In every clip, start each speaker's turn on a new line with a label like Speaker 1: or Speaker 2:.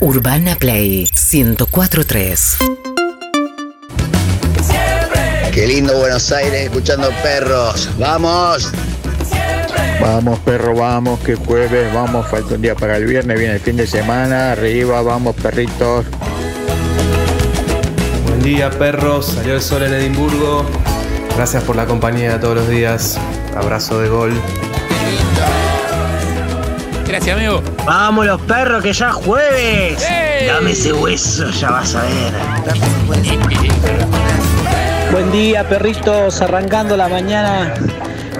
Speaker 1: Urbana Play 1043.
Speaker 2: Qué lindo Buenos Aires escuchando perros. Vamos.
Speaker 3: Vamos perro, vamos, que jueves, vamos, falta un día para el viernes, viene el fin de semana, arriba, vamos perritos.
Speaker 4: Buen día, perros. Salió el sol en Edimburgo. Gracias por la compañía de todos los días. Abrazo de gol.
Speaker 5: Gracias, amigo.
Speaker 6: Vamos los perros que ya jueves.
Speaker 5: ¡Ey!
Speaker 6: Dame ese hueso, ya vas a ver. Buen día, perritos, arrancando la mañana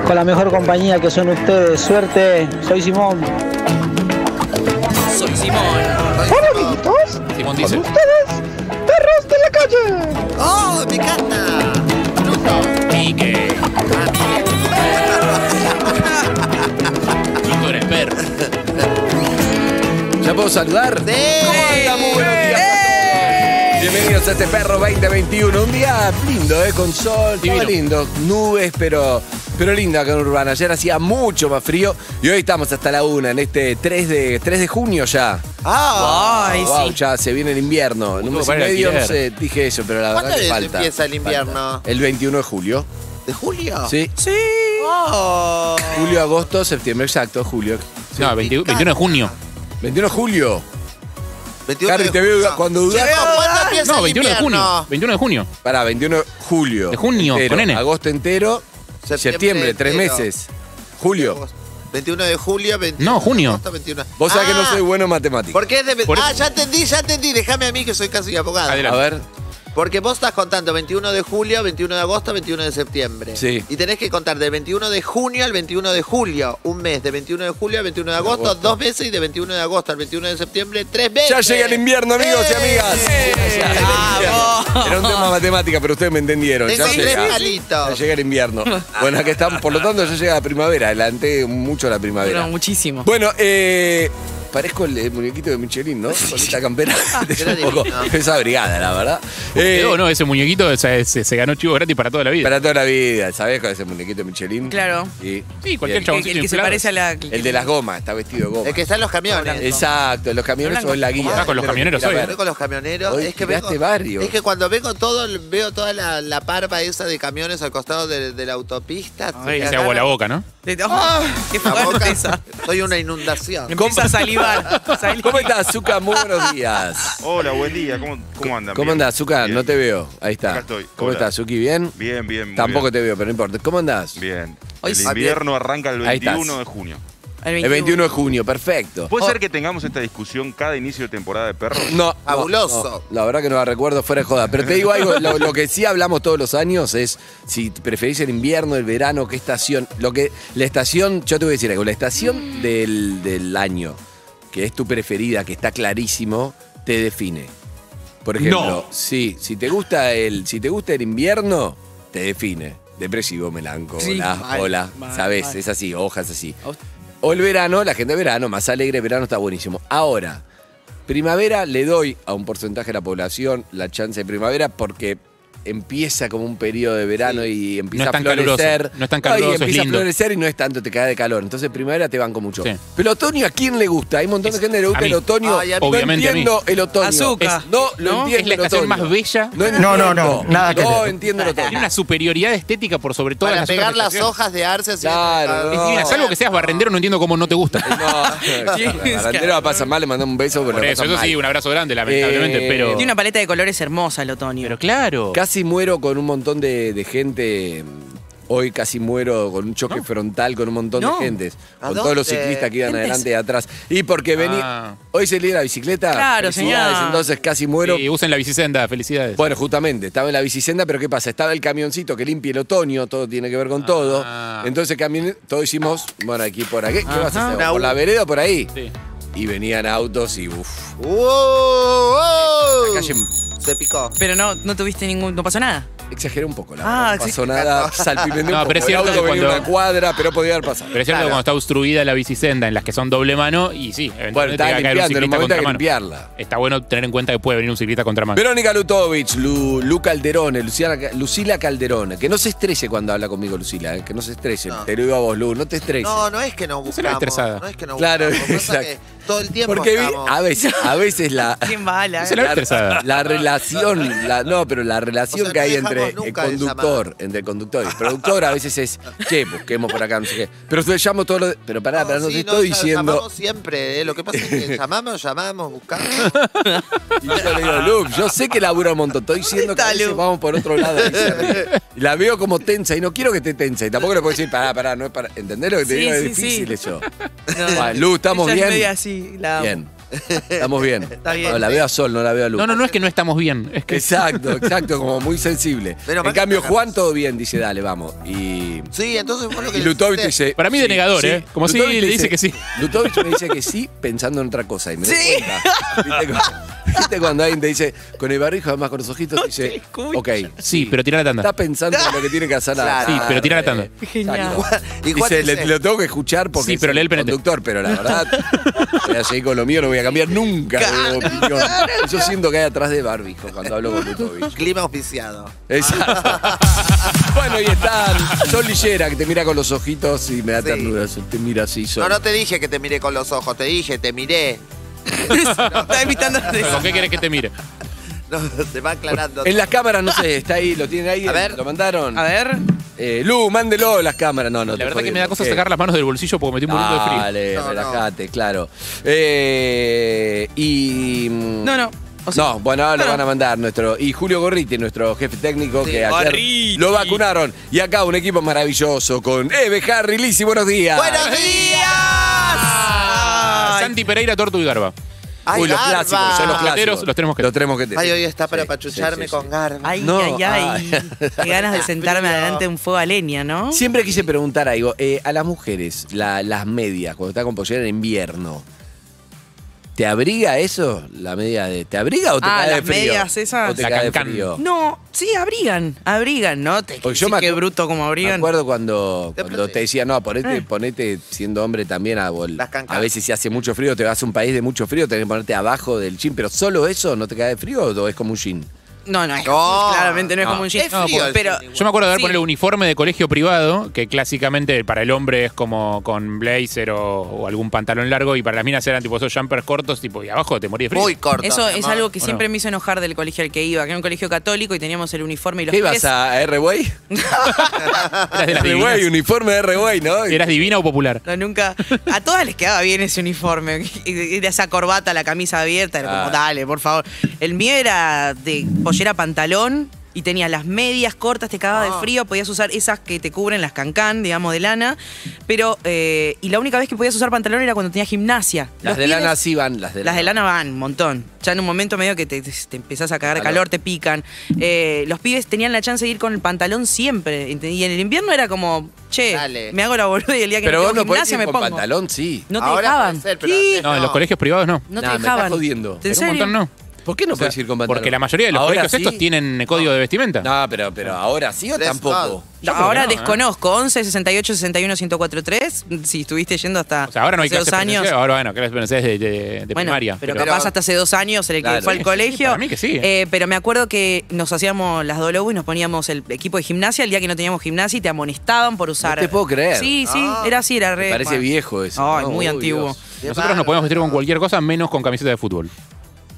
Speaker 6: con la mejor compañía que son ustedes. Suerte, soy Simón.
Speaker 5: Soy Simón.
Speaker 7: Hola amiguitos, con
Speaker 5: Simón dice.
Speaker 7: ustedes, perros de la calle.
Speaker 8: Oh,
Speaker 5: Pique. Tú eres perro.
Speaker 9: ¿Ya puedo saludar? ¿Cómo andan? Muy buenos días a todos. Bienvenidos a este perro 2021. Un día lindo, ¿eh? Con sol,
Speaker 5: Divino.
Speaker 9: todo lindo. Nubes, pero, pero lindo acá en Urbana. Ayer hacía mucho más frío y hoy estamos hasta la una en este 3 de, 3 de junio ya.
Speaker 10: Ah,
Speaker 9: Wow, ya se viene el invierno. En un
Speaker 5: Justo
Speaker 9: mes y
Speaker 5: para el
Speaker 9: medio no
Speaker 5: alquiler.
Speaker 9: sé, dije eso, pero la verdad
Speaker 10: ¿Cuándo
Speaker 9: que
Speaker 10: es-
Speaker 9: falta.
Speaker 10: empieza el invierno?
Speaker 9: Falta. El 21 de julio.
Speaker 10: ¿De julio?
Speaker 9: Sí.
Speaker 10: Sí. Oh.
Speaker 9: Julio, agosto, septiembre, exacto, julio.
Speaker 5: No, 20 21 de junio.
Speaker 9: 21 de julio.
Speaker 10: 21
Speaker 9: Harry,
Speaker 10: de
Speaker 9: te veo
Speaker 10: junio.
Speaker 9: cuando
Speaker 10: Che,
Speaker 9: dudas.
Speaker 10: ¿Cuándo empieza
Speaker 5: No,
Speaker 10: el
Speaker 5: 21 de junio.
Speaker 10: invierno?
Speaker 5: 21 de junio.
Speaker 9: Pará, 21 de julio.
Speaker 5: De junio,
Speaker 9: entero,
Speaker 5: con N.
Speaker 9: Agosto entero. Septiembre, tres
Speaker 10: entero.
Speaker 9: meses. Julio.
Speaker 10: 21 de julio, 21
Speaker 5: No, junio.
Speaker 10: agosto, 21.
Speaker 9: Vos sabés que no
Speaker 10: Ah,
Speaker 9: soy bueno en matemáticas.
Speaker 10: Porque es de.
Speaker 5: Por-
Speaker 10: Ah, ya entendí, ya entendí. Déjame a mí que soy casi abogado.
Speaker 5: Adelante.
Speaker 9: A ver,
Speaker 10: Porque vos estás contando 21 de julio, 21 de agosto, 21 de septiembre.
Speaker 9: Sí.
Speaker 10: Y tenés que contar del 21 de junio al 21 de julio. Un mes. De 21 de julio al 21 de agosto,
Speaker 9: agosto.
Speaker 10: dos meses. Y de 21 de agosto al 21 de septiembre, tres meses.
Speaker 9: ya llega el invierno, amigos y
Speaker 10: ¡Eh!
Speaker 9: amigas. Ya llega el invierno. Era un tema de matemática, pero ustedes me entendieron.
Speaker 10: Tengo
Speaker 9: Ya
Speaker 10: tres
Speaker 9: llega.
Speaker 10: palitos.
Speaker 9: Ya llega el invierno. Bueno, aquí estamos. Por lo tanto, ya llega la primavera. Adelanté mucho la primavera.
Speaker 8: muchísimo.
Speaker 9: Bueno, eh. Parezco el, eh, muñequito de Michelin, ¿no? Con esta campera.
Speaker 10: Era
Speaker 9: un poco
Speaker 10: divino.
Speaker 9: esa brigada, la verdad. Eh,
Speaker 5: Quedó, ¿no? Ese muñequito o sea, se, se ganó chivo gratis para toda la vida.
Speaker 9: Para toda la vida, ¿sabés? Con ese muñequito de Michelin.
Speaker 8: Claro.
Speaker 9: Sí,
Speaker 5: Sí, cualquier
Speaker 9: Bien.
Speaker 5: chabón.
Speaker 8: El, el que se parece a la.
Speaker 9: El de las gomas, está vestido de goma.
Speaker 10: El que está en los camiones.
Speaker 9: Exacto, los camioneros
Speaker 8: Blanco.
Speaker 9: son la guía.
Speaker 5: Ah, con los camioneros
Speaker 9: Mira,
Speaker 5: hoy,
Speaker 9: ver,
Speaker 10: Vengo con los camioneros.
Speaker 9: Hoy
Speaker 10: es que
Speaker 9: giraste
Speaker 10: vengo-
Speaker 9: barrio.
Speaker 10: Es que cuando vengo todo, el- veo toda la, la parva esa de camiones al costado de, de la autopista.
Speaker 5: Que
Speaker 10: me
Speaker 5: se
Speaker 10: agarra
Speaker 5: agua la boca, ¿no?
Speaker 8: de- ¡Ah! ¡Qué
Speaker 10: la
Speaker 8: fuerte
Speaker 10: boca.
Speaker 8: esa!
Speaker 10: Soy una inundación.
Speaker 8: Empieza a salivar. saliva.
Speaker 9: ¿Cómo estás, Zuka? Muy buenos días.
Speaker 11: Hola, buen día. ¿Cómo, cómo andan?
Speaker 9: ¿Cómo
Speaker 11: Bien.
Speaker 9: andás, Zuka?
Speaker 11: Bien.
Speaker 9: No te veo. Ahí está.
Speaker 11: Acá estoy.
Speaker 9: ¿Cómo
Speaker 11: Hola.
Speaker 9: estás, Zuki? ¿Bien?
Speaker 11: Bien, bien. muy
Speaker 9: Tampoco
Speaker 11: bien.
Speaker 9: te veo, pero no importa. ¿Cómo andás?
Speaker 11: Bien.
Speaker 8: Hoy
Speaker 11: el
Speaker 8: sí.
Speaker 11: invierno arranca el
Speaker 9: Ahí estás.
Speaker 11: 21 de junio.
Speaker 9: El 21 de junio, perfecto.
Speaker 11: ¿Puede ser que tengamos esta discusión cada inicio de temporada de perros?
Speaker 9: No.
Speaker 10: Fabuloso.
Speaker 9: no, la verdad que no la recuerdo fuera de joda. Pero te digo algo, lo, lo que sí hablamos todos los años es si preferís el invierno, el verano, qué estación. Lo que, la estación, yo te voy a decir algo, la estación del, del año, que es tu preferida, que está clarísimo, te define. Por ejemplo, sí, si te gusta el, si te gusta el invierno, te define. Depresivo, melanco,
Speaker 8: Sí,
Speaker 9: hola,
Speaker 8: mal,
Speaker 9: hola,
Speaker 8: mal,
Speaker 9: sabes,
Speaker 8: mal.
Speaker 9: es así, hojas así.
Speaker 8: A usted-
Speaker 9: O el verano, la gente de verano, más alegre, verano está buenísimo. Ahora, primavera le doy a un porcentaje de la población la chance de primavera porque empieza como un periodo de verano y empieza
Speaker 5: No es tan
Speaker 9: a florecer.
Speaker 5: caluroso, no es tan caluroso,
Speaker 9: y
Speaker 5: es
Speaker 9: empieza
Speaker 5: lindo.
Speaker 9: a florecer y no es tanto, te cae de calor. Entonces primavera te banco mucho.
Speaker 5: Sí.
Speaker 9: Pero otoño, ¿a quién le gusta? Hay un montón de
Speaker 5: Es-
Speaker 9: gente que le
Speaker 5: a
Speaker 9: gusta
Speaker 5: mí.
Speaker 9: el otoño.
Speaker 10: Ay, a mí.
Speaker 9: no
Speaker 5: Obviamente a mí.
Speaker 9: entiendo el otoño.
Speaker 8: Azúcar.
Speaker 9: Es- no lo
Speaker 8: ¿No?
Speaker 9: entiendo
Speaker 5: Es la
Speaker 9: el
Speaker 5: estación
Speaker 9: otoño.
Speaker 5: más bella.
Speaker 9: entiendo.
Speaker 7: no, no, nada que
Speaker 9: No
Speaker 7: ver.
Speaker 9: entiendo el
Speaker 5: Tiene
Speaker 9: otoño.
Speaker 5: una superioridad estética por sobre todas
Speaker 10: Para
Speaker 5: las otras
Speaker 10: pegar las
Speaker 5: estaciones.
Speaker 10: hojas de arce. así-
Speaker 9: Claro,
Speaker 10: Ah,
Speaker 5: Es
Speaker 9: no.
Speaker 5: divina, salvo que seas barrendero, no entiendo cómo no te gusta.
Speaker 9: No,
Speaker 8: Sí, es que-
Speaker 9: Barandero la pasa mal, le mandamos un beso, pero
Speaker 5: Por
Speaker 9: la
Speaker 5: eso,
Speaker 9: pasa
Speaker 5: eso sí,
Speaker 9: mal.
Speaker 5: un abrazo grande, lamentablemente,
Speaker 9: Eh,
Speaker 5: pero.
Speaker 8: Tiene una paleta de colores hermosa el otoño.
Speaker 5: Pero claro.
Speaker 9: Casi muero con un montón de, de gente. Hoy casi muero con un choque frontal con un montón
Speaker 8: No.
Speaker 9: de gentes.
Speaker 10: ¿A
Speaker 9: Con todos los
Speaker 10: dónde?
Speaker 9: ciclistas que iban
Speaker 8: ¿Quiénes?
Speaker 9: adelante y atrás. Y porque vení.
Speaker 5: Ah.
Speaker 9: Hoy se lee la bicicleta.
Speaker 8: Claro,
Speaker 9: felicidades,
Speaker 8: señor.
Speaker 9: Entonces casi muero.
Speaker 5: Sí, eh, usen la bicicenda, felicidades.
Speaker 9: Bueno, justamente, estaba en la bicicenda, pero ¿qué pasa? Estaba el camioncito que limpia el otoño, todo tiene que ver con todo.
Speaker 5: Ah.
Speaker 9: Entonces camión, todos hicimos, bueno, aquí por aquí, ¿qué vas a hacer?
Speaker 10: Una
Speaker 9: ¿Por la vereda o por ahí?
Speaker 5: Sí.
Speaker 9: Y venían autos y uff.
Speaker 10: ¡Wow!
Speaker 9: Calle
Speaker 10: Se picó.
Speaker 8: Pero no, no tuviste ningún. No pasó nada.
Speaker 9: Exageré un poco, la
Speaker 8: Ah,
Speaker 9: verdad. No
Speaker 8: sí.
Speaker 9: pasó nada, salpimenté
Speaker 5: No, pero es
Speaker 9: un poco. El
Speaker 5: cierto
Speaker 9: auto
Speaker 5: que
Speaker 9: venía
Speaker 5: cuando-
Speaker 9: una cuadra, pero podía haber pasado.
Speaker 5: Pero es cierto que cuando está obstruida la bicisenda en las que son doble mano, y sí,
Speaker 9: Bueno,
Speaker 5: eventualmente te va
Speaker 9: estaba
Speaker 5: a caer un
Speaker 9: limpiando, en un
Speaker 5: ciclista
Speaker 9: momento hay que
Speaker 5: contra mano.
Speaker 9: limpiarla.
Speaker 5: Está bueno tener en cuenta que puede venir un ciclista contra mano.
Speaker 9: Verónica Lutovic, Lu, Lu Calderone, Luciana, Ca- Lucila Calderone. Que no se estrese cuando habla conmigo, Lucila. eh, Que no se estrese.
Speaker 10: No.
Speaker 9: Te lo digo a vos, Lu. No te estreses.
Speaker 10: No, no es que no
Speaker 5: se la ve
Speaker 10: buscamos.
Speaker 5: estresada.
Speaker 10: No es que no
Speaker 9: Claro,
Speaker 10: buscamos. pasa que
Speaker 9: exacto.
Speaker 10: todo el tiempo
Speaker 9: Porque vi-
Speaker 10: estamos.
Speaker 9: a veces, a veces la,
Speaker 8: ¿Quién va a la-
Speaker 5: Se la ve estresada.
Speaker 9: la, la relación, la- no, pero la relación
Speaker 10: O sea,
Speaker 9: que
Speaker 10: no
Speaker 9: hay
Speaker 10: dejamos
Speaker 9: entre el
Speaker 10: nunca de
Speaker 9: conductor, entre el conductor y el productor a veces es, che, busquemos por acá, no sé qué. Pero te llamo todos los. Pero pará, pará, no
Speaker 10: sí,
Speaker 9: te estoy
Speaker 10: ya
Speaker 9: diciendo.
Speaker 10: Llamamos siempre, eh. lo que pasa es que llamamos, llamamos, buscamos.
Speaker 9: Y yo le digo, Lu, yo sé que labura un montón, estoy diciendo que a
Speaker 8: está,
Speaker 9: veces
Speaker 8: Lu?
Speaker 9: vamos por otro lado. y se ríe. Y la veo como tensa y no quiero que esté tensa. Y tampoco le puedo decir, pará, pará, no es para. ¿Entendés lo que te
Speaker 8: Sí,
Speaker 9: digo? Es
Speaker 8: sí,
Speaker 9: difícil
Speaker 8: sí.
Speaker 9: eso.
Speaker 8: No.
Speaker 9: Bueno, Lu, ¿estamos
Speaker 8: Ella es
Speaker 9: bien?
Speaker 8: media así, la-
Speaker 9: Bien. Estamos bien.
Speaker 8: Está bien.
Speaker 9: No, la veo a Sol, no la veo a Lu.
Speaker 5: No, no, no es que no estamos bien. Es que
Speaker 9: Exacto, exacto, como muy sensible.
Speaker 10: Pero
Speaker 9: en
Speaker 10: más
Speaker 9: cambio,
Speaker 10: que-
Speaker 9: Juan todo bien, dice, dale, vamos. Y,
Speaker 10: Sí, entonces fue lo que
Speaker 9: y Lutovic
Speaker 10: dijiste.
Speaker 9: dice.
Speaker 5: Para mí
Speaker 9: sí,
Speaker 5: denegador,
Speaker 9: sí.
Speaker 5: ¿eh? Como si
Speaker 9: Lutovic
Speaker 5: le dice que sí.
Speaker 9: Lutovic me dice que sí pensando en otra cosa. Y me doy
Speaker 8: Sí.
Speaker 9: cuenta. ¿Viste, cu- viste cuando alguien te dice, con el barrijo, además con los ojitos, dice,
Speaker 8: escucho.
Speaker 9: ok.
Speaker 5: Sí, pero tira la
Speaker 9: Está
Speaker 5: tanda.
Speaker 9: pensando en lo que tiene que hacer la
Speaker 10: Claro.
Speaker 5: Sí, pero tira la tanda.
Speaker 8: Genial.
Speaker 9: Exacto.
Speaker 10: Y Juan
Speaker 9: Dice, le-
Speaker 10: dice-
Speaker 9: lo tengo que escuchar porque
Speaker 5: Sí, pero
Speaker 9: es
Speaker 5: lee el penete.
Speaker 9: conductor, pero la verdad, voy a seguir con lo mío, no voy a cambiar nunca de opinión. Yo siento que hay atrás de barbijo cuando hablo con Lutovic.
Speaker 10: Clima auspiciado.
Speaker 9: Exacto. bueno, y están Sol Lillera, que te mira con los ojitos y me da
Speaker 10: Sí.
Speaker 9: ternura. Sol, Te mira así, Sol.
Speaker 10: No, no te dije que te miré con los ojos, te dije, te miré.
Speaker 8: Está invitando a
Speaker 5: ¿Con qué querés que te mire?
Speaker 10: No, se va aclarando.
Speaker 9: En las cámaras, no sé, está ahí, lo tienen ahí.
Speaker 10: A ver.
Speaker 9: Lo mandaron.
Speaker 8: A ver.
Speaker 9: Eh, Lu, mándelo las cámaras. No, no,
Speaker 5: La verdad que me da cosa sacar las manos del bolsillo porque me estoy muriendo de frío.
Speaker 9: Eh. Dale,
Speaker 10: No, no.
Speaker 9: relajate, claro. Eh, y. mm,
Speaker 8: No, no. O sea,
Speaker 9: no, bueno, ahora lo
Speaker 8: no.
Speaker 9: van a mandar nuestro. Y Julio Gorriti, nuestro jefe técnico,
Speaker 10: Sí,
Speaker 9: que ayer
Speaker 8: Gorriti.
Speaker 9: lo vacunaron. Y acá un equipo maravilloso con Eve Harry Lisi, buenos días.
Speaker 10: ¡Buenos días!
Speaker 5: Ah, Santi Pereira, Tortu y Garba.
Speaker 10: Ay,
Speaker 9: Uy, los
Speaker 10: Garba.
Speaker 9: clásicos, ya los clásicos.
Speaker 5: Mosqueteros, los tres mosqueteros.
Speaker 9: Los tres mosqueteros.
Speaker 10: Ay, hoy está para
Speaker 9: Sí,
Speaker 10: pachucharme
Speaker 9: sí, sí, sí.
Speaker 10: con Garba.
Speaker 8: Ay,
Speaker 9: No,
Speaker 8: ay, ay. Qué ganas de sentarme
Speaker 10: Frío.
Speaker 8: adelante de un fuego a leña, ¿no?
Speaker 9: Siempre quise preguntar algo. Eh, a las mujeres, la- las medias, cuando está con pollera en invierno, ¿te abriga eso? ¿La media de. ¿Te abriga o te
Speaker 8: Ah,
Speaker 9: cae de
Speaker 8: las
Speaker 9: frío?
Speaker 8: medias esas.
Speaker 9: ¿O te
Speaker 5: La
Speaker 9: cae de
Speaker 5: cancán.
Speaker 9: frío?
Speaker 8: No, sí, abrigan, abrigan, ¿no? Te,
Speaker 9: Porque yo me
Speaker 8: qué
Speaker 9: acu-
Speaker 8: bruto como
Speaker 9: Me
Speaker 8: abrigan.
Speaker 9: acuerdo cuando,
Speaker 10: Te
Speaker 9: cuando
Speaker 10: protege.
Speaker 9: te decía, no, ponete,
Speaker 8: Eh.
Speaker 9: ponete siendo hombre también a vol-
Speaker 10: Las cancas.
Speaker 9: A veces si hace mucho frío, te vas a un país de mucho frío, tenés que ponerte abajo del jean, pero solo eso no te cae de frío o es como un jean.
Speaker 8: No, no, es,
Speaker 10: No.
Speaker 8: claramente no es
Speaker 5: No.
Speaker 8: como un jean.
Speaker 10: Es frío el
Speaker 8: pero
Speaker 10: jean
Speaker 5: Yo me acuerdo de haber
Speaker 8: Sí.
Speaker 5: poner el uniforme de colegio privado, que clásicamente para el hombre es como con blazer o, o algún pantalón largo, y para las minas eran tipo esos jumpers cortos, tipo, y abajo te morías de frío.
Speaker 10: Muy corto.
Speaker 8: eso es algo que
Speaker 5: Bueno.
Speaker 8: siempre me hizo enojar del colegio al que iba, que era un colegio católico y teníamos el uniforme y los
Speaker 9: ¿Qué
Speaker 8: pies-
Speaker 9: ibas a R-Way?
Speaker 5: Eras de las divinas.
Speaker 9: R-Way, uniforme de R-Way, ¿no?
Speaker 5: ¿Eras divina o popular?
Speaker 8: No, nunca. A todas les quedaba bien ese uniforme. Y- y de esa corbata, la camisa abierta, era como,
Speaker 9: Ah.
Speaker 8: dale, por favor. El mío era de pollera pantalón y tenía las medias cortas, te cagaba
Speaker 9: Ah.
Speaker 8: de frío, podías usar esas que te cubren las cancán, digamos, de lana. Pero, eh, y la única vez que podías usar pantalón era cuando tenías gimnasia.
Speaker 9: Las
Speaker 8: Los
Speaker 9: de
Speaker 8: pibes-
Speaker 9: lana sí van, las de
Speaker 8: Las de lana van, un montón. Ya en un momento medio que te, te- te empezás a cagar de
Speaker 9: Calor.
Speaker 8: calor, te pican. Eh, los pibes tenían la chance de ir con el pantalón siempre. ¿entendés? Y en el invierno era como, che,
Speaker 10: Dale.
Speaker 8: me hago la boluda y el día que
Speaker 9: Pero
Speaker 8: no
Speaker 9: vos
Speaker 8: tengo
Speaker 9: no podés
Speaker 8: gimnasia
Speaker 9: ir
Speaker 8: me
Speaker 9: con
Speaker 8: pongo.
Speaker 9: pantalón, sí.
Speaker 8: No te
Speaker 10: Ahora
Speaker 8: dejaban.
Speaker 10: puede ser, pero
Speaker 8: Sí,
Speaker 10: antes
Speaker 5: No, en los
Speaker 10: no.
Speaker 5: colegios privados no.
Speaker 8: No
Speaker 9: Nah,
Speaker 8: te
Speaker 9: me estás
Speaker 8: dejaban.
Speaker 9: jodiendo.
Speaker 8: ¿En
Speaker 5: En un
Speaker 8: serio?
Speaker 5: montón no.
Speaker 9: ¿Por qué no
Speaker 5: O sea,
Speaker 9: podés ir con pantalón?
Speaker 5: Porque la mayoría de los
Speaker 9: Ahora
Speaker 5: colegios
Speaker 9: sí.
Speaker 5: estos tienen código de vestimenta.
Speaker 9: No, pero, pero
Speaker 10: Ah.
Speaker 9: ahora sí o
Speaker 10: Dress
Speaker 9: tampoco.
Speaker 10: code.
Speaker 5: Yo creo que
Speaker 8: Ahora
Speaker 5: no, ¿eh?
Speaker 8: desconozco, 11, 68, 61, 1043. Si estuviste yendo hasta
Speaker 5: O sea, ahora no hay
Speaker 8: hace
Speaker 5: clases
Speaker 8: dos años.
Speaker 5: presenciales, ahora bueno, clases presenciales de, de- de
Speaker 8: Bueno,
Speaker 5: primaria.
Speaker 8: Pero,
Speaker 5: pero-
Speaker 8: capaz hasta hace dos años el que
Speaker 9: Claro.
Speaker 8: fue al
Speaker 9: Sí,
Speaker 8: colegio.
Speaker 5: para mí que sí, ¿eh?
Speaker 8: Eh, pero me acuerdo que nos hacíamos las dolos y nos poníamos el equipo de gimnasia el día que no teníamos gimnasia y te amonestaban por usar.
Speaker 9: No te puedo creer. Ah,
Speaker 8: Sí, sí, era así, era re.
Speaker 9: Me parece
Speaker 8: bueno.
Speaker 9: viejo eso.
Speaker 8: Ay,
Speaker 9: ¿no?
Speaker 8: muy
Speaker 9: Uy,
Speaker 8: antiguo.
Speaker 9: Dios.
Speaker 5: Nosotros nos podemos vestir con cualquier cosa menos con camiseta de fútbol.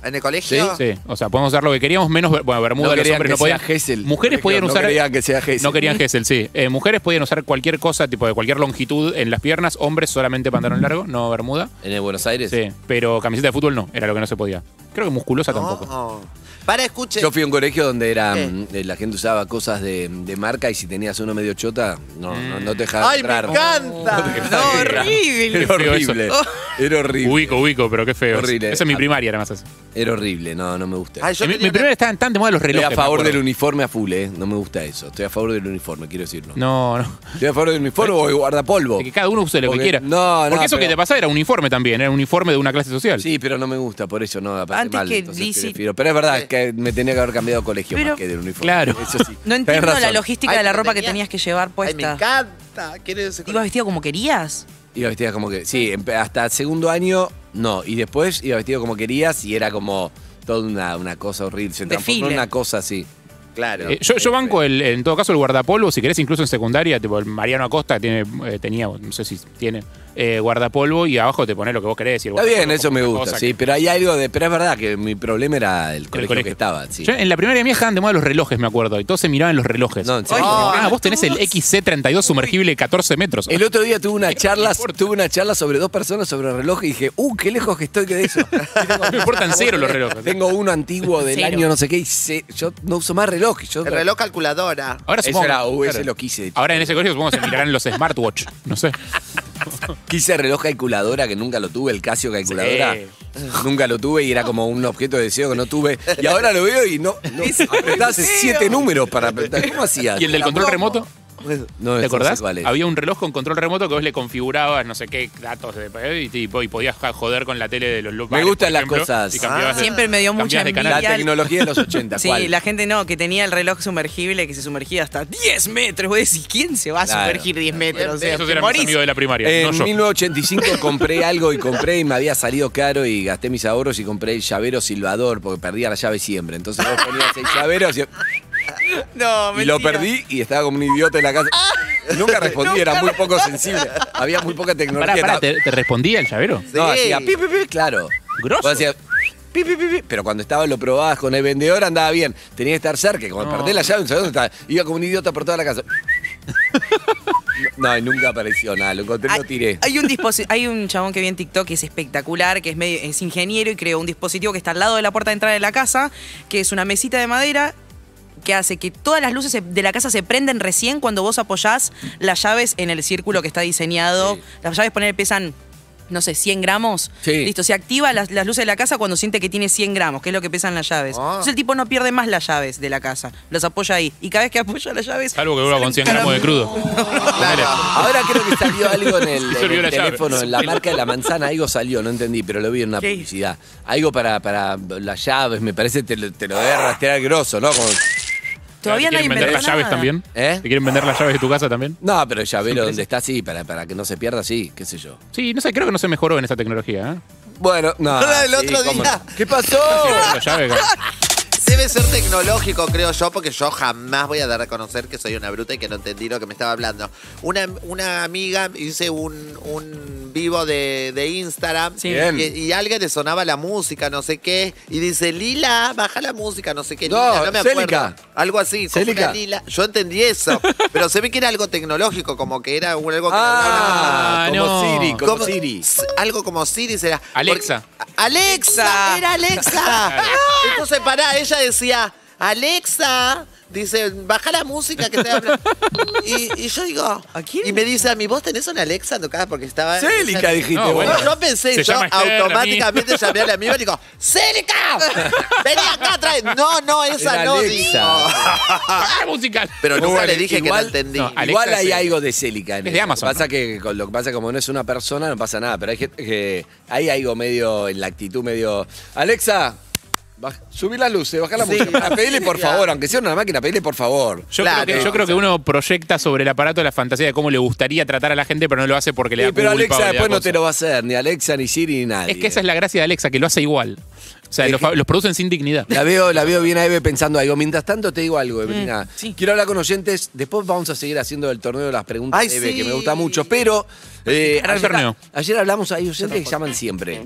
Speaker 10: ¿En el colegio?
Speaker 5: Sí, o sea, podemos usar lo que queríamos menos. Bueno, Bermuda, los
Speaker 9: No querían
Speaker 5: hombres
Speaker 9: que
Speaker 5: no podían.
Speaker 9: sea Gessel.
Speaker 5: Mujeres
Speaker 9: Porque
Speaker 5: podían
Speaker 9: no
Speaker 5: usar.
Speaker 9: querían que sea Gessel.
Speaker 5: No querían Gessel, sí. Eh, mujeres podían usar cualquier cosa, tipo de cualquier longitud en las piernas. Hombres solamente pantalón largo, no Bermuda.
Speaker 9: ¿En el Buenos Aires?
Speaker 5: Sí, pero camiseta de fútbol no, era lo que no se podía. Creo que
Speaker 9: Ah,
Speaker 5: musculosa tampoco.
Speaker 10: No. Para, escuche.
Speaker 9: Yo fui a un colegio donde era
Speaker 10: ¿Qué?
Speaker 9: mm, eh, la gente usaba cosas de, de marca y si tenías uno medio chota, no, no, no te dejaban
Speaker 10: ¡Ay, me
Speaker 9: entrar.
Speaker 10: encanta!
Speaker 8: No, horrible. Oh.
Speaker 9: Era
Speaker 5: Qué feo
Speaker 9: horrible.
Speaker 5: eso.
Speaker 9: Era horrible.
Speaker 5: Ubico, ubico, pero qué feo.
Speaker 9: Horrible.
Speaker 5: Esa es mi primaria, además. Esa.
Speaker 9: Era horrible, no, no me gusta.
Speaker 10: Ay, yo
Speaker 5: mi, mi
Speaker 10: tenía una-
Speaker 5: primaria estaban tan de moda los
Speaker 9: Estoy
Speaker 5: relojes.
Speaker 9: a
Speaker 5: me
Speaker 9: favor
Speaker 5: acuerdo.
Speaker 9: del uniforme a full, ¿eh? No me gusta eso. Estoy a favor del uniforme, quiero decirlo.
Speaker 5: No, no.
Speaker 9: Estoy a favor del uniforme o de guardapolvo.
Speaker 5: De que cada uno use lo
Speaker 9: Porque-
Speaker 5: que quiera.
Speaker 9: No, no.
Speaker 5: Porque eso
Speaker 9: pero-
Speaker 5: que te pasaba era uniforme también, era uniforme de una clase social.
Speaker 9: Sí, pero no me gusta, por eso no.
Speaker 8: Ah, antes
Speaker 9: mal,
Speaker 8: que
Speaker 9: entonces
Speaker 8: Lizzy-
Speaker 9: prefiero. Pero es verdad que me tenía que haber cambiado de colegio
Speaker 8: Pero-
Speaker 9: más que del uniforme.
Speaker 5: Claro.
Speaker 9: Eso sí.
Speaker 8: No
Speaker 9: Tenés
Speaker 8: entiendo la
Speaker 9: razón.
Speaker 8: logística
Speaker 9: Ay,
Speaker 8: de la
Speaker 9: pero
Speaker 8: ropa que
Speaker 9: tenía-
Speaker 8: tenías que llevar puesta.
Speaker 10: me encanta.
Speaker 8: ¿Ibas vestido como querías?
Speaker 9: Iba vestida como que. Sí, empe- hasta segundo año no. Y después iba vestido como querías y era como toda una, una cosa horrible. Se transformó
Speaker 5: Desfile.
Speaker 9: en una cosa así. este, Claro.
Speaker 5: Eh, yo, yo banco, el, en todo caso, el guardapolvo, si querés, incluso en secundaria, tipo el Mariano Acosta tiene, eh, tenía, no sé si tiene, eh, guardapolvo y abajo te pones lo que vos querés. Y el
Speaker 9: Está bien,
Speaker 5: guardapolvo
Speaker 9: eso
Speaker 5: como
Speaker 9: me
Speaker 5: una
Speaker 9: gusta,
Speaker 5: cosa
Speaker 9: sí,
Speaker 5: que-
Speaker 9: pero hay algo de. Pero es verdad que mi problema era el colegio,
Speaker 5: colegio.
Speaker 9: que estaba, sí.
Speaker 5: Yo en la primaria mía dejaban de moda los relojes, me acuerdo, y todos se miraban los relojes. No,
Speaker 9: serio.
Speaker 5: ah, vos tenés el XC32 sumergible de 14 metros.
Speaker 9: El otro día tuve una charla, tuve una charla sobre dos personas sobre el reloj y dije, uh, qué lejos que estoy que de eso.
Speaker 5: me importan cero los relojes.
Speaker 9: Tengo uno antiguo del
Speaker 10: Cero.
Speaker 9: año no sé qué y sé- yo no uso más reloj. Yo,
Speaker 10: El reloj calculadora.
Speaker 5: Ahora
Speaker 9: Ese
Speaker 5: supongo-
Speaker 9: era- uh, ese
Speaker 5: claro.
Speaker 9: lo quise. de chico.
Speaker 5: Ahora en ese colegio supongo que se mirarán los smartwatch, no sé.
Speaker 9: Quise reloj calculadora que nunca lo tuve, el Casio calculadora.
Speaker 5: Sí.
Speaker 9: Nunca lo tuve y era como un objeto de deseo que no tuve. Y ahora lo veo y no. no apretás siete números para apretar. ¿Cómo hacías?
Speaker 5: ¿Y el del
Speaker 9: La
Speaker 5: control
Speaker 9: broma.
Speaker 5: remoto?
Speaker 9: No,
Speaker 5: ¿Te
Speaker 9: eso no sé
Speaker 5: acordás?
Speaker 9: cuál es.
Speaker 5: Había un reloj con control remoto que vos le configurabas no sé qué datos de, eh, y, tipo, y podías ja- joder con la tele de los
Speaker 9: Me
Speaker 5: lugares,
Speaker 9: gustan
Speaker 5: por
Speaker 9: las
Speaker 5: ejemplo,
Speaker 9: cosas.
Speaker 5: y cambiabas de-
Speaker 8: Ah. Siempre me dio mucha
Speaker 5: cambiabas de canal.
Speaker 8: envidia.
Speaker 9: La tecnología de los 80,
Speaker 8: Sí,
Speaker 9: ¿cuál?
Speaker 8: la gente no, que tenía el reloj sumergible que se sumergía hasta 10 metros. Vos decís, ¿quién se va a
Speaker 9: Claro.
Speaker 8: sumergir 10 metros? O sea,
Speaker 5: Esos
Speaker 8: te
Speaker 5: eran mis
Speaker 8: morís.
Speaker 5: amigos de la primaria,
Speaker 9: En
Speaker 5: no yo.
Speaker 9: 1985 compré algo y compré y me había salido caro y gasté mis ahorros y compré el llavero silbador porque perdía la llave siempre. Entonces vos ponías el llavero y,
Speaker 8: No,
Speaker 9: y
Speaker 8: mentira.
Speaker 9: lo perdí y estaba como un idiota en la casa. Nunca respondí, era muy poco sensible. Había muy poca tecnología.
Speaker 5: Pará, pará,
Speaker 9: Estaba-
Speaker 5: ¿te, te respondía el llavero?
Speaker 9: No,
Speaker 5: Sí.
Speaker 9: hacía pi, pi, pi, claro.
Speaker 5: Grosso.
Speaker 9: Vos hacías pi, pi, pi, pi, pero cuando estaba lo probabas con el vendedor andaba bien. Tenías que estar cerca. y Como
Speaker 5: No.
Speaker 9: perdés la llave, no sabés dónde estaba. Iba como un idiota por toda la casa. No, y nunca apareció nada. Lo encontré y
Speaker 5: Ah,
Speaker 9: lo tiré.
Speaker 8: Ah, Hay un, disposi- hay un chabón que vi en TikTok que es espectacular, que es, medio- es ingeniero y creó un dispositivo que está al lado de la puerta de entrada de la casa, que es una mesita de madera que hace que todas las luces se- de la casa se prenden recién cuando vos apoyás las llaves en el círculo que está diseñado. Las llaves poner pesan no sé, 100 gramos.
Speaker 9: Sí.
Speaker 8: Listo, se activa las, las luces de la casa cuando siente que tiene 100 gramos, que es lo que pesan las llaves.
Speaker 9: Ah.
Speaker 8: Entonces el tipo no pierde más las llaves de la casa, las apoya ahí. Y cada vez que apoya las llaves...
Speaker 5: Salvo que vuelva con 100 gramos de crudo. Ponele.
Speaker 9: Ahora creo que salió algo en
Speaker 5: Y
Speaker 9: el,
Speaker 5: se olvidó
Speaker 9: en el
Speaker 5: la llave.
Speaker 9: teléfono, en la marca de la manzana, algo salió, no entendí, pero lo vi en una
Speaker 8: ¿Qué?
Speaker 9: publicidad. Algo para, para las llaves, me parece, te lo, te lo debe rastrear grosso, ¿no? Como-
Speaker 8: Todavía
Speaker 5: ¿Te
Speaker 8: nadie
Speaker 5: quieren vender
Speaker 8: inventó
Speaker 5: las llaves
Speaker 8: nada.
Speaker 5: también?
Speaker 10: ¿Eh?
Speaker 5: ¿Te quieren vender las llaves de tu casa también?
Speaker 9: no, pero el llavero donde está, sí, para, para que no se pierda, sí, qué sé yo.
Speaker 5: Sí, no sé, creo que no se mejoró en esa tecnología. ¿eh?
Speaker 9: Bueno, no.
Speaker 10: Ahora, el
Speaker 9: sí,
Speaker 10: otro
Speaker 9: cómo
Speaker 10: día.
Speaker 9: no. ¿Qué pasó?
Speaker 5: Las llaves, claro.
Speaker 10: Debe ser tecnológico, creo yo, porque yo jamás voy a dar a conocer que soy una bruta y que no entendí lo que me estaba hablando. Una, una amiga hice un, un vivo de, de Instagram
Speaker 9: Sí.
Speaker 10: y,
Speaker 9: Bien.
Speaker 10: y a alguien le sonaba la música, no sé qué, y dice, Lila, baja la música, no sé qué,
Speaker 9: No,
Speaker 10: Lila, no me acuerdo.
Speaker 9: Celica.
Speaker 10: Algo así, como
Speaker 9: Celica.
Speaker 10: una Lila. Yo entendí eso, pero se ve que era algo tecnológico, como que era un- algo que...
Speaker 9: Ah,
Speaker 5: no,
Speaker 9: como
Speaker 5: no.
Speaker 9: Siri, como,
Speaker 10: Como-
Speaker 9: Siri.
Speaker 10: Algo como Siri será.
Speaker 5: Alexa.
Speaker 10: Alexa, era Alexa.
Speaker 5: Claro.
Speaker 10: Entonces, pará, ella decía, Alexa, dice, baja la música que te habla. Y, y yo digo, Y me dice a mí, ¿vos tenés una Alexa tocada? Porque estaba.
Speaker 9: Célica, dijiste
Speaker 10: No,
Speaker 9: vos.
Speaker 10: yo pensé,
Speaker 9: Se
Speaker 10: yo
Speaker 9: llama Esther,
Speaker 10: automáticamente
Speaker 9: a mí.
Speaker 10: llamé a la amiga y digo, ¡Célica! ¡Vení acá, trae! No, no, esa
Speaker 9: Era
Speaker 10: no,
Speaker 9: Alexa.
Speaker 10: digo.
Speaker 5: Baja la música.
Speaker 10: Ah. Pero nunca
Speaker 9: Bueno,
Speaker 10: le dije que
Speaker 9: igual-
Speaker 10: no entendí.
Speaker 5: no, Alexa
Speaker 9: Igual hay
Speaker 5: es-
Speaker 9: algo de Celica en
Speaker 5: es
Speaker 9: eso.
Speaker 5: de Amazon,
Speaker 9: Lo que pasa que con lo que pasa como no es una persona no pasa nada, pero hay gente que hay algo medio en la actitud medio Alexa baj- Subí las luces, bajá la
Speaker 10: Sí.
Speaker 9: música. Ah, Pedile por
Speaker 10: Ya.
Speaker 9: favor, aunque sea una máquina, pedile por favor.
Speaker 5: Yo,
Speaker 10: Claro.
Speaker 5: creo que, yo creo que uno proyecta sobre el aparato la fantasía de cómo le gustaría tratar a la gente, pero no lo hace porque le da
Speaker 9: Sí, pero
Speaker 5: culpa o le
Speaker 9: Alexa
Speaker 5: da
Speaker 9: después no
Speaker 5: cosa.
Speaker 9: te lo va a hacer, ni Alexa, ni Siri, ni nadie.
Speaker 5: Es que esa es la gracia de Alexa, que lo hace igual. O sea, los, fa- los producen sin dignidad.
Speaker 9: La veo, la veo bien a Eve pensando algo. Mientras tanto te digo algo, Evelina.
Speaker 8: sí.
Speaker 9: Quiero hablar con oyentes. Después vamos a seguir haciendo el torneo de las preguntas
Speaker 10: Ay,
Speaker 9: de Eve,
Speaker 10: sí.
Speaker 9: que me gusta mucho. Pero eh,
Speaker 5: Gran torneo.
Speaker 9: ayer hablamos, hay oyentes que llaman siempre.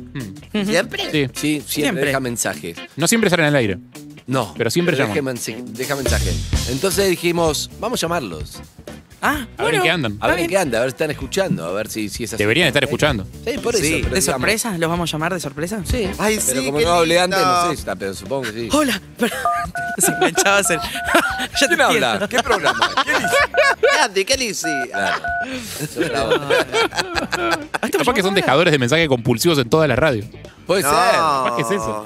Speaker 10: ¿Siempre?
Speaker 5: Sí.
Speaker 9: Sí, siempre,
Speaker 5: Siempre.
Speaker 9: deja mensajes.
Speaker 5: No siempre salen al aire.
Speaker 9: No.
Speaker 5: Pero siempre
Speaker 9: deja, mensaje, deja mensaje. Entonces dijimos, vamos a llamarlos.
Speaker 8: Ah,
Speaker 5: A ver en
Speaker 8: bueno.
Speaker 5: qué andan.
Speaker 9: A ver en qué anda, a ver si están escuchando, a ver si, si es así.
Speaker 5: Deberían estar escuchando.
Speaker 9: Sí, por eso.
Speaker 10: Sí.
Speaker 9: pero
Speaker 8: ¿De
Speaker 9: digamos-
Speaker 8: sorpresa? ¿Los vamos a llamar de sorpresa?
Speaker 9: Sí.
Speaker 10: Ay,
Speaker 9: Pero
Speaker 10: sí.
Speaker 9: como
Speaker 10: qué
Speaker 9: no hablé antes, no
Speaker 10: lindo.
Speaker 9: sé, está, pero supongo que sí.
Speaker 8: Hola. Se enganchaba a hacer. Ya
Speaker 9: ¿Quién
Speaker 8: te
Speaker 9: habla?
Speaker 8: entiendo.
Speaker 9: ¿Qué programa? ¿Qué dice?
Speaker 10: ¿Qué Andy, ¿qué le hice?
Speaker 9: Claro. Yo grabo. Ah,
Speaker 5: Capaz que son dejadores de mensajes compulsivos en toda la radio.
Speaker 9: Puede ser.
Speaker 5: Capaz que es eso.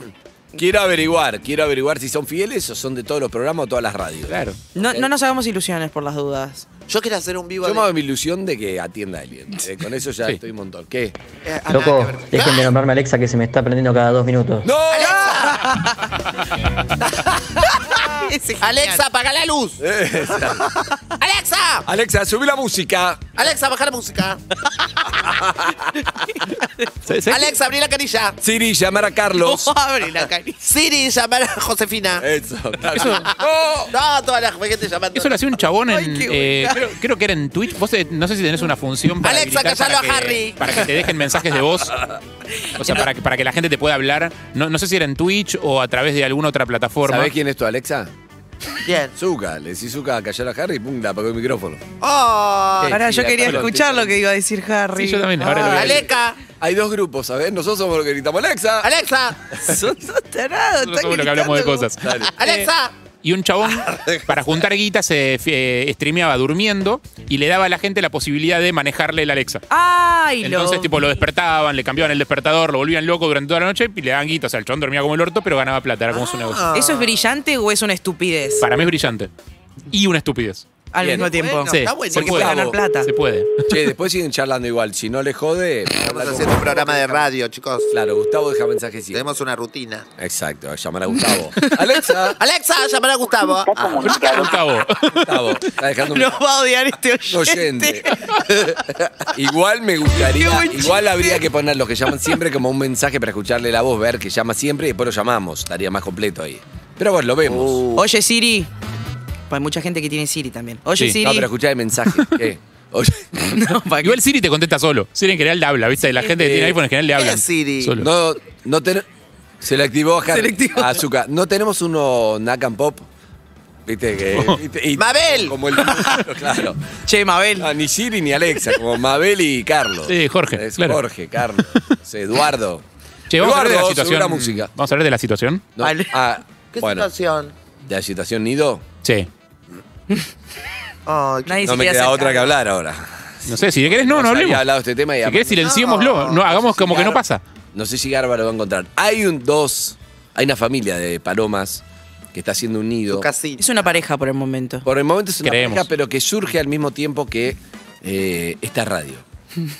Speaker 9: Quiero averiguar, quiero averiguar si son fieles o son de todos los programas o todas las radios.
Speaker 5: Claro.
Speaker 8: No, no nos hagamos ilusiones por las dudas.
Speaker 10: Yo quiero hacer un vivo
Speaker 9: Yo
Speaker 10: de...
Speaker 9: me hago mi ilusión de que atienda a alguien. Eh, con eso ya
Speaker 5: Sí.
Speaker 9: estoy un montón. ¿Qué?
Speaker 10: Eh, ah, nada
Speaker 6: Loco,
Speaker 10: que ver.
Speaker 6: dejen de nombrarme Alexa que se me está prendiendo cada dos minutos.
Speaker 9: ¡No!
Speaker 10: Alexa, apaga la luz. ¿Eh? Alexa,
Speaker 9: Alexa, subí la música.
Speaker 10: Alexa, baja la música.
Speaker 9: ¿Sabes- sabes
Speaker 10: Alexa, abrí la canilla.
Speaker 9: qué? Siri, llamar a
Speaker 10: Oh,
Speaker 9: Carlos.
Speaker 8: Abre la canilla.
Speaker 10: Siri, llamar a Josefina.
Speaker 9: Eso, está bien.
Speaker 5: Eso-
Speaker 10: No, no, toda la gente llamando.
Speaker 5: Eso lo hacía un chabón en.
Speaker 10: qué
Speaker 5: eh,
Speaker 10: buena.
Speaker 5: creo, creo que era en Twitch. Vos eh, no sé si tenés una función para.
Speaker 10: Alexa,
Speaker 5: habilitar
Speaker 10: callalo
Speaker 5: para
Speaker 10: a
Speaker 5: que-
Speaker 10: Harry.
Speaker 5: Para que te dejen mensajes de voz. O sea, para que, para que la gente te pueda hablar. No, no sé si era en Twitch o a través de alguna otra plataforma.
Speaker 9: ¿Sabés quién es tu Alexa?
Speaker 10: Bien.
Speaker 9: Zuka, le decís Zuka, callar a Harry y pum, le apagó el micrófono.
Speaker 10: Oh,
Speaker 9: Sí,
Speaker 8: Ahora yo
Speaker 9: sí,
Speaker 8: quería
Speaker 9: la-
Speaker 8: escuchar lo que iba a decir Harry.
Speaker 5: Sí, yo también. Ahora lo voy a decir.
Speaker 10: Aleca,
Speaker 9: Hay dos grupos, ¿sabés? Nosotros somos los que gritamos Alexa.
Speaker 10: Alexa,
Speaker 8: Ah, Sos, sos tarado,
Speaker 5: Nosotros
Speaker 8: estás
Speaker 5: somos los que hablamos de
Speaker 8: gritando.
Speaker 5: cosas.
Speaker 10: Alexa.
Speaker 5: Y un chabón, para juntar guita, se eh, streameaba durmiendo y le daba a la gente la posibilidad de manejarle el Alexa.
Speaker 8: Ay, lo.
Speaker 5: Entonces, tipo, lo despertaban, le cambiaban el despertador, lo volvían loco durante toda la noche y le daban guita. O sea, el chabón dormía como el orto, pero ganaba plata, era como su
Speaker 10: Ah.
Speaker 5: negocio.
Speaker 8: ¿Eso es brillante o es una estupidez?
Speaker 5: Para mí es brillante. Y una estupidez.
Speaker 8: Al
Speaker 9: Bien.
Speaker 8: mismo tiempo.
Speaker 10: Bueno,
Speaker 5: Sí,
Speaker 10: está
Speaker 5: se
Speaker 10: buenísimo.
Speaker 8: Porque puede ganar plata.
Speaker 5: Se puede.
Speaker 9: Che, después siguen charlando igual. Si no le jode,
Speaker 10: Estamos haciendo un programa de radio, chicos.
Speaker 9: Claro, Gustavo deja mensajes sí.
Speaker 10: Tenemos una rutina.
Speaker 9: Exacto, llamar a Gustavo. Alexa,
Speaker 10: Alexa, llamar a Gustavo. Ah,
Speaker 5: Gustavo.
Speaker 9: Gustavo, está dejando un
Speaker 8: Lo va a odiar este
Speaker 9: oyente.
Speaker 8: oyente.
Speaker 9: igual me
Speaker 8: Qué
Speaker 9: gustaría,
Speaker 8: buen
Speaker 9: igual habría que poner los que llaman siempre como un mensaje para escucharle la voz, ver que llama siempre y después lo llamamos. Estaría más completo ahí. Pero bueno, lo vemos.
Speaker 8: Oye, Siri. Pues hay mucha gente que tiene Siri también. Oye,
Speaker 5: Sí.
Speaker 8: Siri.
Speaker 9: No, pero escuchá el mensaje. ¿Qué? Oye,
Speaker 8: No, ¿para qué?
Speaker 5: Igual Siri te contesta solo. Siri en general le habla, ¿viste? La gente que tiene iPhone en general le habla.
Speaker 10: Eh, es Siri?
Speaker 5: Solo.
Speaker 9: no, no ten- Se le activó a
Speaker 8: Se le activó.
Speaker 9: Azúcar. No tenemos uno Nakan Pop. Viste que.
Speaker 5: Oh.
Speaker 9: viste, y-
Speaker 10: Mabel.
Speaker 9: Como el. Claro.
Speaker 8: Che, Mabel.
Speaker 9: No, ni Siri ni Alexa, como Mabel y Carlos.
Speaker 5: Sí, Jorge,
Speaker 9: Es
Speaker 5: claro.
Speaker 9: Jorge, Carlos. es Eduardo.
Speaker 5: Che, vamos a hablar de la
Speaker 9: Eduardo,
Speaker 5: situación.
Speaker 9: segura música.
Speaker 5: Vamos a hablar de la situación.
Speaker 9: No,
Speaker 8: Ale-
Speaker 9: ah,
Speaker 10: ¿Qué
Speaker 9: bueno,
Speaker 10: situación?
Speaker 9: de la situación Nido.
Speaker 5: Sí.
Speaker 10: Ay,
Speaker 8: Nadie
Speaker 9: No
Speaker 8: se
Speaker 9: me
Speaker 8: quería
Speaker 9: queda
Speaker 8: acercar.
Speaker 9: otra que hablar ahora.
Speaker 5: No sé, si querés, no, no
Speaker 9: había
Speaker 5: hablemos.
Speaker 9: hablado de este tema y
Speaker 5: Si querés, silenciémoslo. No, hagamos como que no pasa.
Speaker 9: No sé si Gárvaro va a encontrar. Hay un dos, hay una familia de palomas que está haciendo un nido.
Speaker 10: tu casita.
Speaker 8: Es una pareja por el momento.
Speaker 9: Por el momento es una
Speaker 5: Creemos.
Speaker 9: pareja, pero que surge al mismo tiempo que eh, esta radio.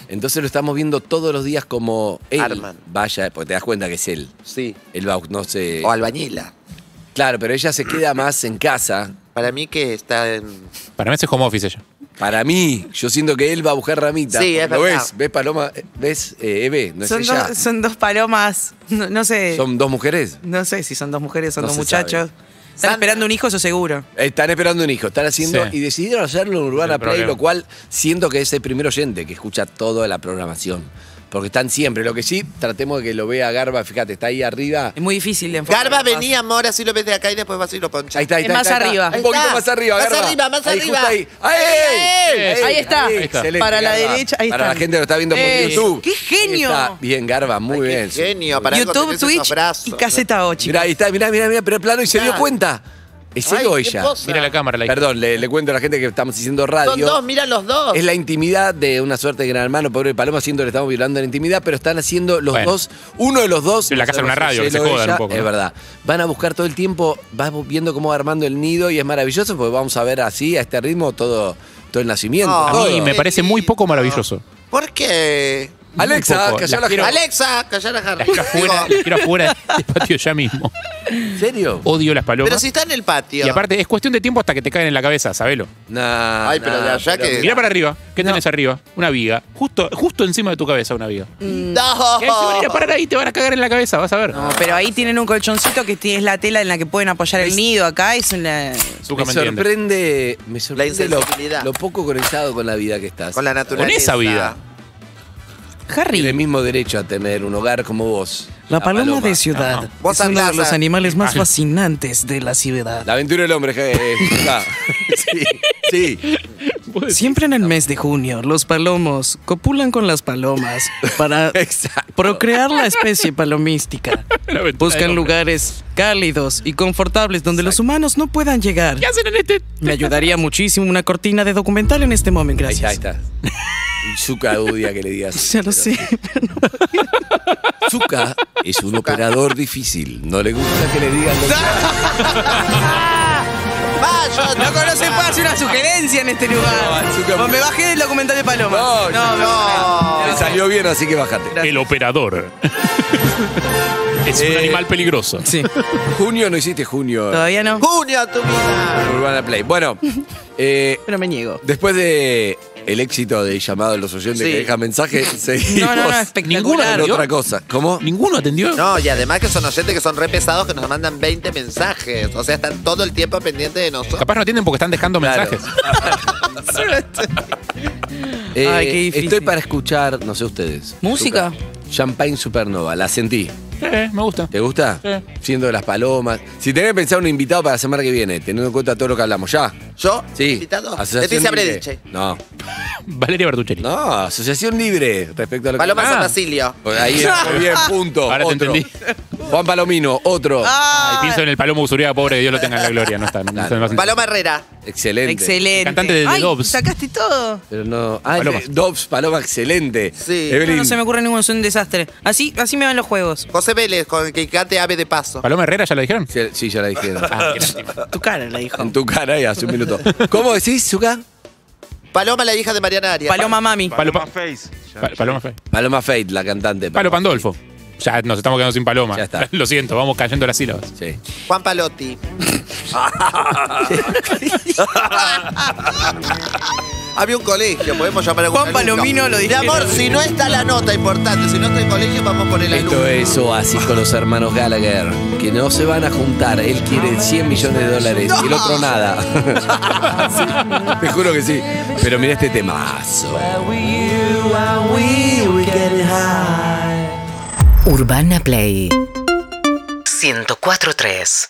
Speaker 9: Entonces lo estamos viendo todos los días como él
Speaker 10: Arman.
Speaker 9: vaya, porque te das cuenta que es él.
Speaker 10: Sí.
Speaker 9: El Bau, no sé.
Speaker 10: O albañila.
Speaker 9: Claro, pero ella se queda más en casa.
Speaker 10: Para mí que está en.
Speaker 5: Para mí ese es home office ella.
Speaker 9: Para mí, yo siento que él va a buscar ramita.
Speaker 10: Sí, es
Speaker 9: ¿Lo
Speaker 10: verdad.
Speaker 9: ves? ¿Ves Paloma? ¿Ves eh, Eve? No es
Speaker 8: son,
Speaker 9: ella.
Speaker 8: dos, son dos palomas. No, no sé.
Speaker 9: ¿Son dos mujeres?
Speaker 8: No sé si son dos mujeres, son
Speaker 9: No
Speaker 8: dos
Speaker 9: se
Speaker 8: muchachos. Están
Speaker 10: Sandra-
Speaker 8: esperando un hijo, eso seguro.
Speaker 9: Eh, Están esperando un hijo, están haciendo
Speaker 5: Sí.
Speaker 9: y decidieron hacerlo en Urbana
Speaker 5: El
Speaker 9: Play,
Speaker 5: problema.
Speaker 9: lo cual siento que es el primer oyente que escucha toda la programación. Porque están siempre. Lo que sí, tratemos de que lo vea Garba, fíjate, está ahí arriba.
Speaker 8: Es muy difícil de enfocar.
Speaker 10: Garba, vení, amor, así lo ves de acá y después vas y lo ponchas.
Speaker 9: Ahí está, ahí
Speaker 8: Es
Speaker 9: está. ahí
Speaker 8: más
Speaker 9: está, ahí
Speaker 8: arriba.
Speaker 9: está.
Speaker 10: Ahí
Speaker 9: Un poquito
Speaker 10: está.
Speaker 9: más arriba,
Speaker 10: Más
Speaker 9: Garba.
Speaker 10: arriba, más
Speaker 9: Ahí, justo
Speaker 10: arriba.
Speaker 9: ahí. ¡Ahí!
Speaker 5: Ahí
Speaker 8: está. Ahí
Speaker 5: está.
Speaker 9: Excelente,
Speaker 8: Para la
Speaker 9: Garba.
Speaker 8: derecha, ahí
Speaker 9: Para la
Speaker 8: están.
Speaker 9: gente que lo está viendo por
Speaker 8: Eh,
Speaker 9: YouTube.
Speaker 8: ¡qué
Speaker 9: Ahí
Speaker 8: genio!
Speaker 9: está. Bien, Garba, muy
Speaker 10: Ay, qué
Speaker 9: bien.
Speaker 10: genio, para algo
Speaker 8: YouTube,
Speaker 10: tenés esos
Speaker 8: Twitch
Speaker 10: brazos,
Speaker 8: y
Speaker 10: ¿no?
Speaker 8: caseta 8.
Speaker 9: Mirá, ahí está, mirá, mirá, mirá, pero plano y se dio
Speaker 10: Claro.
Speaker 9: cuenta. ¿Es
Speaker 10: Ay,
Speaker 9: él o
Speaker 10: qué
Speaker 9: ella?
Speaker 10: cosa.
Speaker 5: Mira la cámara, la
Speaker 9: Perdón, le, le cuento a la gente que estamos haciendo radio.
Speaker 10: Son dos, miran los dos.
Speaker 9: Es la intimidad de una suerte de gran hermano, pobre Paloma, siento que le estamos violando la intimidad, pero están haciendo los
Speaker 5: Bueno.
Speaker 9: dos, uno de los dos.
Speaker 5: En la casa de una radio, que se
Speaker 9: Marcelo o
Speaker 5: jodan
Speaker 9: ella,
Speaker 5: un poco,
Speaker 9: Es
Speaker 5: ¿no?
Speaker 9: verdad. Van a buscar todo el tiempo, vas viendo cómo va armando el nido y es maravilloso porque vamos a ver así, a este ritmo, todo, todo el nacimiento.
Speaker 10: Oh.
Speaker 5: A
Speaker 9: todo.
Speaker 5: mí me parece muy poco maravilloso.
Speaker 10: ¿Por qué?
Speaker 5: Muy
Speaker 9: Alexa,
Speaker 5: poco.
Speaker 9: callá la
Speaker 5: quiero-
Speaker 9: gente.
Speaker 10: Alexa, callar a Harry.
Speaker 5: Las quiero afuera,
Speaker 10: Digo,
Speaker 5: las quiero afuera del patio ya mismo.
Speaker 9: ¿En serio?
Speaker 5: Odio las palomas.
Speaker 10: pero si está en el patio.
Speaker 5: y aparte, es cuestión de tiempo hasta que te caen en la cabeza, sabelo.
Speaker 9: Nah,
Speaker 10: Ay, pero
Speaker 9: nah,
Speaker 10: de allá
Speaker 9: Eh,
Speaker 10: que-
Speaker 5: Mirá para arriba. ¿Qué tenés arriba? Una viga. Justo, justo encima de tu cabeza una viga.
Speaker 10: No.
Speaker 5: Que ahí se van a ir a parar ahí, te van a cagar en la cabeza, vas a ver.
Speaker 8: No, pero ahí tienen un colchoncito que tiene- es la tela en la que pueden apoyar el nido. Acá es una.
Speaker 5: Zucca me
Speaker 9: Me
Speaker 5: entiende.
Speaker 9: sorprende, me sorprende lo,
Speaker 10: insensibilidad.
Speaker 9: lo poco conectado con la vida que estás.
Speaker 10: Con la naturaleza.
Speaker 5: esa vida.
Speaker 9: Tiene el
Speaker 8: Harry.
Speaker 9: mismo derecho a tener un hogar como vos.
Speaker 6: La paloma de ciudad es
Speaker 10: Vos
Speaker 6: uno
Speaker 10: andás
Speaker 6: de los
Speaker 10: a-
Speaker 6: animales más fascinantes de la ciudad.
Speaker 9: La aventura del hombre. eh, está. sí, sí.
Speaker 6: Siempre en el mes de junio, los palomos copulan con las palomas para
Speaker 9: Exacto.
Speaker 6: procrear la especie palomística.
Speaker 5: La ventana
Speaker 6: Buscan
Speaker 5: enorme.
Speaker 6: lugares cálidos y confortables donde los humanos no puedan llegar.
Speaker 5: ¿Qué hacen en este?
Speaker 6: Me ayudaría muchísimo una cortina de documental en este momento,
Speaker 9: Ahí, ahí
Speaker 6: gracias.
Speaker 9: está. Zuka odia que le digas.
Speaker 6: Ya lo sé.
Speaker 9: Zuka es un operador difícil. No le gusta que le digan. lo que-
Speaker 10: Vaya,
Speaker 8: Ah, No conoce puede hacer una sugerencia en este lugar.
Speaker 9: No, Zucca-
Speaker 8: O me bajé del documental de Paloma.
Speaker 9: No,
Speaker 8: no,
Speaker 10: No.
Speaker 9: Le salió bien, así que bájate.
Speaker 5: El operador. Es un
Speaker 9: Eh,
Speaker 5: animal peligroso.
Speaker 8: Sí.
Speaker 9: Junio no hiciste junio.
Speaker 8: Todavía no.
Speaker 10: ¡Junio, tu vida!
Speaker 9: Urbana Play. Bueno, eh,
Speaker 8: Pero me niego.
Speaker 9: después de el éxito de llamado de los oyentes
Speaker 10: Sí.
Speaker 9: que dejan mensajes, seguimos
Speaker 8: No, no, no, espectacular.
Speaker 9: Ninguno con otra cosa. ¿Cómo?
Speaker 5: ¿Ninguno atendió?
Speaker 10: No, y además que son oyentes que son re pesados que nos mandan 20 mensajes. O sea, están todo el tiempo pendientes de nosotros.
Speaker 5: Capaz no atienden porque están dejando
Speaker 9: Claro.
Speaker 5: mensajes.
Speaker 9: Eh,
Speaker 8: Ay, qué difícil.
Speaker 9: Estoy para escuchar, no sé ustedes.
Speaker 8: ¿Música?
Speaker 9: Zucca. Champagne Supernova, la sentí.
Speaker 5: Eh, me gusta.
Speaker 9: ¿Te gusta?
Speaker 5: Sí.
Speaker 9: Siendo de las palomas. Si tenés pensado un invitado para la semana que viene, teniendo en cuenta todo lo que hablamos, ¿ya?
Speaker 10: ¿Yo?
Speaker 9: Sí.
Speaker 10: ¿Invitado?
Speaker 9: Asociación
Speaker 10: Leticia
Speaker 9: Libre.
Speaker 10: Brediche.
Speaker 9: No.
Speaker 5: Valeria Bertuccelli.
Speaker 9: No, Asociación Libre respecto a lo
Speaker 10: Paloma
Speaker 9: que.
Speaker 10: San Basilio.
Speaker 9: Ah, Ahí muy bien, punto.
Speaker 5: Ahora te
Speaker 9: otro.
Speaker 5: entendí.
Speaker 9: Juan Palomino, otro.
Speaker 8: Ah.
Speaker 5: Ay, pienso en el palomo usuriaga, pobre, que Dios lo tenga en la gloria. No está. no está- no está-
Speaker 10: Paloma Herrera.
Speaker 9: Excelente.
Speaker 8: Excelente.
Speaker 5: Cantante de The
Speaker 8: Ay,
Speaker 5: Doves.
Speaker 8: Sacaste todo.
Speaker 9: Pero no. Ah,
Speaker 5: Paloma.
Speaker 9: eh, Dobbs, Paloma, excelente.
Speaker 10: Sí.
Speaker 8: No,
Speaker 9: Evelyn.
Speaker 8: no se me ocurre ninguno, es un desastre. Así, así me van los juegos.
Speaker 10: José Vélez, con el que cante ave de paso.
Speaker 5: ¿Paloma Herrera ya lo dijeron?
Speaker 9: Sí, Sí, ya la dijeron.
Speaker 5: Ah, qué lástima.
Speaker 8: Tu cara la dijo.
Speaker 9: En tu cara y hace un minuto. ¿Cómo decís, Zuka?
Speaker 10: Paloma, la hija de Mariana Arias.
Speaker 8: Paloma Mami.
Speaker 11: Paloma
Speaker 5: Paloma-
Speaker 11: Face. Ya-
Speaker 5: Pa-
Speaker 11: ya-
Speaker 5: Paloma Fe.
Speaker 9: Paloma Fate, la cantante.
Speaker 5: Palo Pandolfo. Ya nos estamos quedando sin paloma.
Speaker 9: Ya está.
Speaker 5: Lo siento, vamos cayendo las sílabas.
Speaker 9: Sí.
Speaker 10: Juan Palotti. Había un colegio, podemos llamar a un
Speaker 8: Juan
Speaker 10: alumno.
Speaker 8: Palomino lo
Speaker 10: Mi amor,
Speaker 8: dijeron.
Speaker 10: si no está la nota importante, si no está el colegio, vamos a poner la
Speaker 9: Esto es Oasis con los hermanos Gallagher, que no se van a juntar. Él quiere 100 millones de dólares y el otro nada. Sí, te juro que sí. Pero mira este temazo.
Speaker 1: Urbana Play 104.3